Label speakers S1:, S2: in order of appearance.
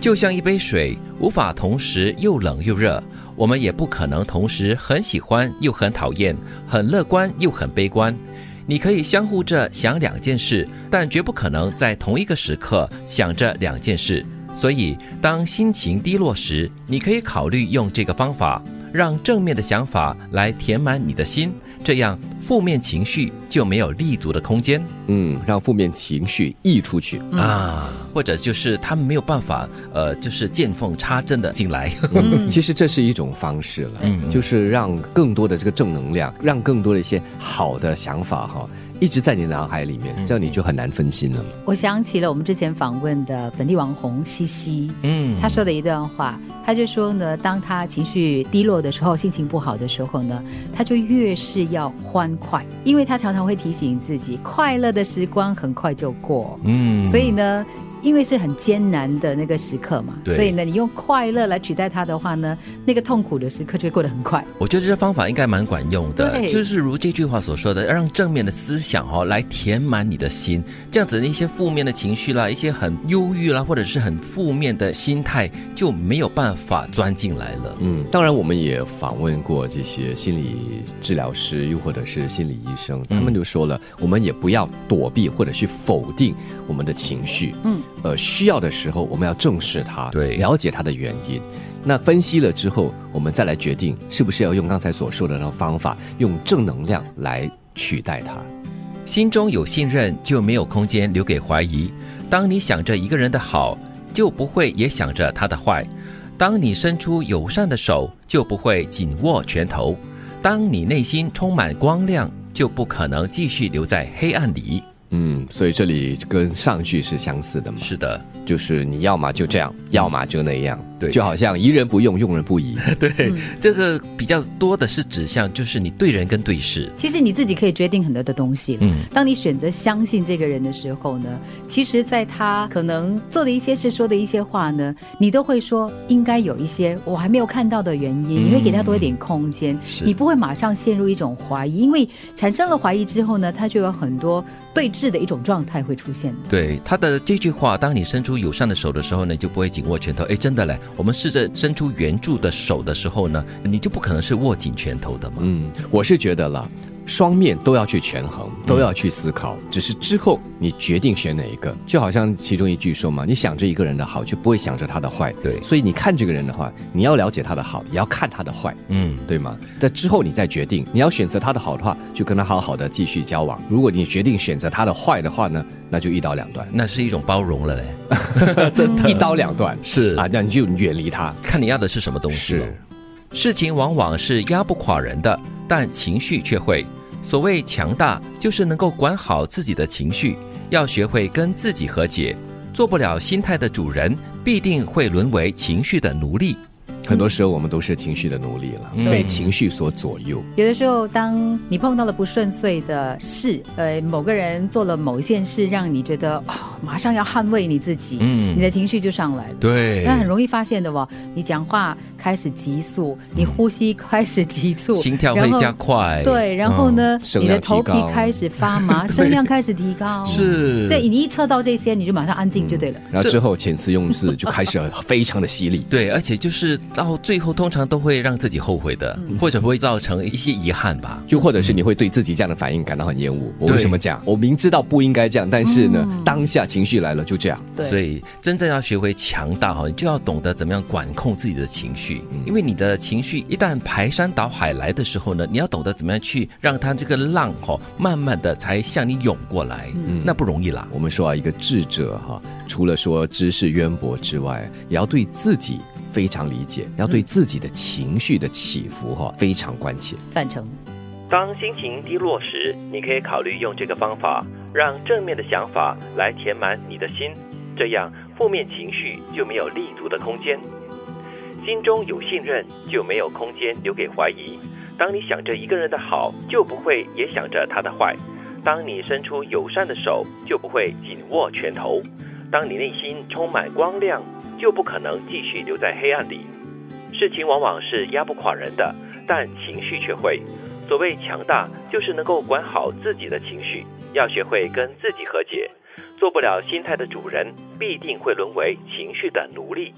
S1: 就像一杯水，无法同时又冷又热，我们也不可能同时很喜欢又很讨厌，很乐观又很悲观。你可以相互着想两件事，但绝不可能在同一个时刻想着两件事。所以，当心情低落时，你可以考虑用这个方法，让正面的想法来填满你的心，这样负面情绪就没有立足的空间
S2: 嗯，让负面情绪溢出去。
S3: 嗯
S1: 啊。或者就是他们没有办法，呃，就是见缝插针的进来。
S3: 嗯
S2: 其实这是一种方式了，
S1: 嗯
S2: 就是让更多的这个正能量，让更多的一些好的想法哈，一直在你的脑海里面，这样你就很难分心了。
S3: 我想起了我们之前访问的本地网红西西，
S1: 嗯
S3: 她说的一段话，她就说呢，当她情绪低落的时候，心情不好的时候呢，她就越是要欢快，因为她常常会提醒自己，快乐的时光很快就过，
S1: 嗯
S3: 所以呢。因为是很艰难的那个时刻嘛，
S1: 对
S3: 所以呢，你用快乐来取代它的话呢，那个痛苦的时刻就会过得很快。
S1: 我觉得这方法应该蛮管用的，
S3: 对
S1: 就是如这句话所说的，让正面的思想哦来填满你的心，这样子的一些负面的情绪啦，一些很忧郁啦，或者是很负面的心态就没有办法钻进来了。
S2: 嗯，当然我们也访问过这些心理治疗师，又或者是心理医生，他们就说了，我们也不要躲避或者去否定我们的情绪，
S3: 嗯，
S2: 呃，需要的时候我们要正视它，
S1: 对
S2: 了解它的原因。那分析了之后，我们再来决定是不是要用刚才所说的那种方法，用正能量来取代它。
S1: 心中有信任，就没有空间留给怀疑。当你想着一个人的好，就不会也想着他的坏；当你伸出友善的手，就不会紧握拳头；当你内心充满光亮，就不可能继续留在黑暗里。
S2: 嗯，所以这里跟上句是相似的嘛，
S1: 是的，
S2: 就是你要么就这样，要么就那样，
S1: 对
S2: 就好像疑人不用，用人不疑。
S1: 对，这个比较多的是指向，就是你对人跟对事。
S3: 其实你自己可以决定很多的东西了。
S1: 嗯
S3: 当你选择相信这个人的时候呢，其实，在他可能做的一些事、说的一些话呢，你都会说应该有一些我还没有看到的原因，
S1: 嗯
S3: 你会给他多一点空间，
S1: 是
S3: 你不会马上陷入一种怀疑，因为产生了怀疑之后呢，他就有很多对峙的一种状态会出现。
S1: 对他的这句话，当你伸出友善的手的时候呢，你就不会紧握拳头。哎，真的嘞，我们试着伸出援助的手的时候呢，你就不可能是握紧拳头的嘛。
S2: 嗯，我是觉得了，双面都要去权衡，都要去思考，只是之后你决定选哪一个。就好像其中一句说嘛，你想着一个人的好，就不会想着他的坏。
S1: 对
S2: 所以你看这个人的话，你要了解他的好，也要看他的坏，
S1: 嗯，
S2: 对吗？在之后你再决定，你要选择他的好的话，就跟他好好的继续交往；如果你决定选择他的坏的话呢，那就一刀两断，
S1: 那是一种包容了嘞。
S2: 真的，一刀两断
S1: 是
S2: 啊，那你就远离他。
S1: 看你要的是什么东西了。事情往往是压不垮人的，但情绪却会。所谓强大，就是能够管好自己的情绪，要学会跟自己和解。做不了心态的主人，必定会沦为情绪的奴隶。
S2: 很多时候我们都是情绪的奴隶了，
S1: 嗯
S2: 被情绪所左右。
S3: 有的时候，当你碰到了不顺遂的事，呃，某个人做了某一件事，让你觉得哦，马上要捍卫你自己，
S1: 嗯
S3: 你的情绪就上来了。
S1: 对
S3: 但很容易发现的哦，你讲话开始急速，你呼吸开始急促，
S1: 嗯心跳
S3: 然
S1: 会
S3: 后
S1: 加快。嗯哦
S3: 对，然后呢，
S2: 声
S3: 你
S2: 量
S3: 的头
S2: 提
S3: 皮
S2: 高
S3: 开始 发麻，声量开始提高。，
S1: 是。
S3: 对，你一测到这些，你就马上安静就对了。
S2: 然后之后遣词用字就开始非常的犀利
S1: 对，而且就是到最后，通常都会让自己后悔的，
S3: 嗯
S1: 或者会造成一些遗憾吧。
S2: 又或者是你会对自己这样的反应感到很厌恶。我为
S1: 对
S2: 什么这样？我明知道不应该这样，但是呢，当下情绪来了就这样。
S3: 对，
S1: 所以真正要学会强大哦哈，你就要懂得怎么样管控自己的情绪，因为你的情绪一旦排山倒海来的时候呢，你要懂得怎么样去让它这个浪哈，慢慢的才向你涌过来，
S3: 嗯
S1: 那不容易啦。
S2: 我们说啊，一个智者哈、除了说知识渊博之外，也要对自己非常理解，要对自己的情绪的起伏哈、非常关切。
S3: 赞成。
S4: 当心情低落时，你可以考虑用这个方法，让正面的想法来填满你的心，这样负面情绪就没有立足的空间。心中有信任，就没有空间留给怀疑。当你想着一个人的好，就不会也想着他的坏；当你伸出友善的手，就不会紧握拳头；当你内心充满光亮，就不可能继续留在黑暗里。事情往往是压不垮人的，但情绪却会。所谓强大，就是能够管好自己的情绪，要学会跟自己和解。做不了心态的主人，必定会沦为情绪的奴隶。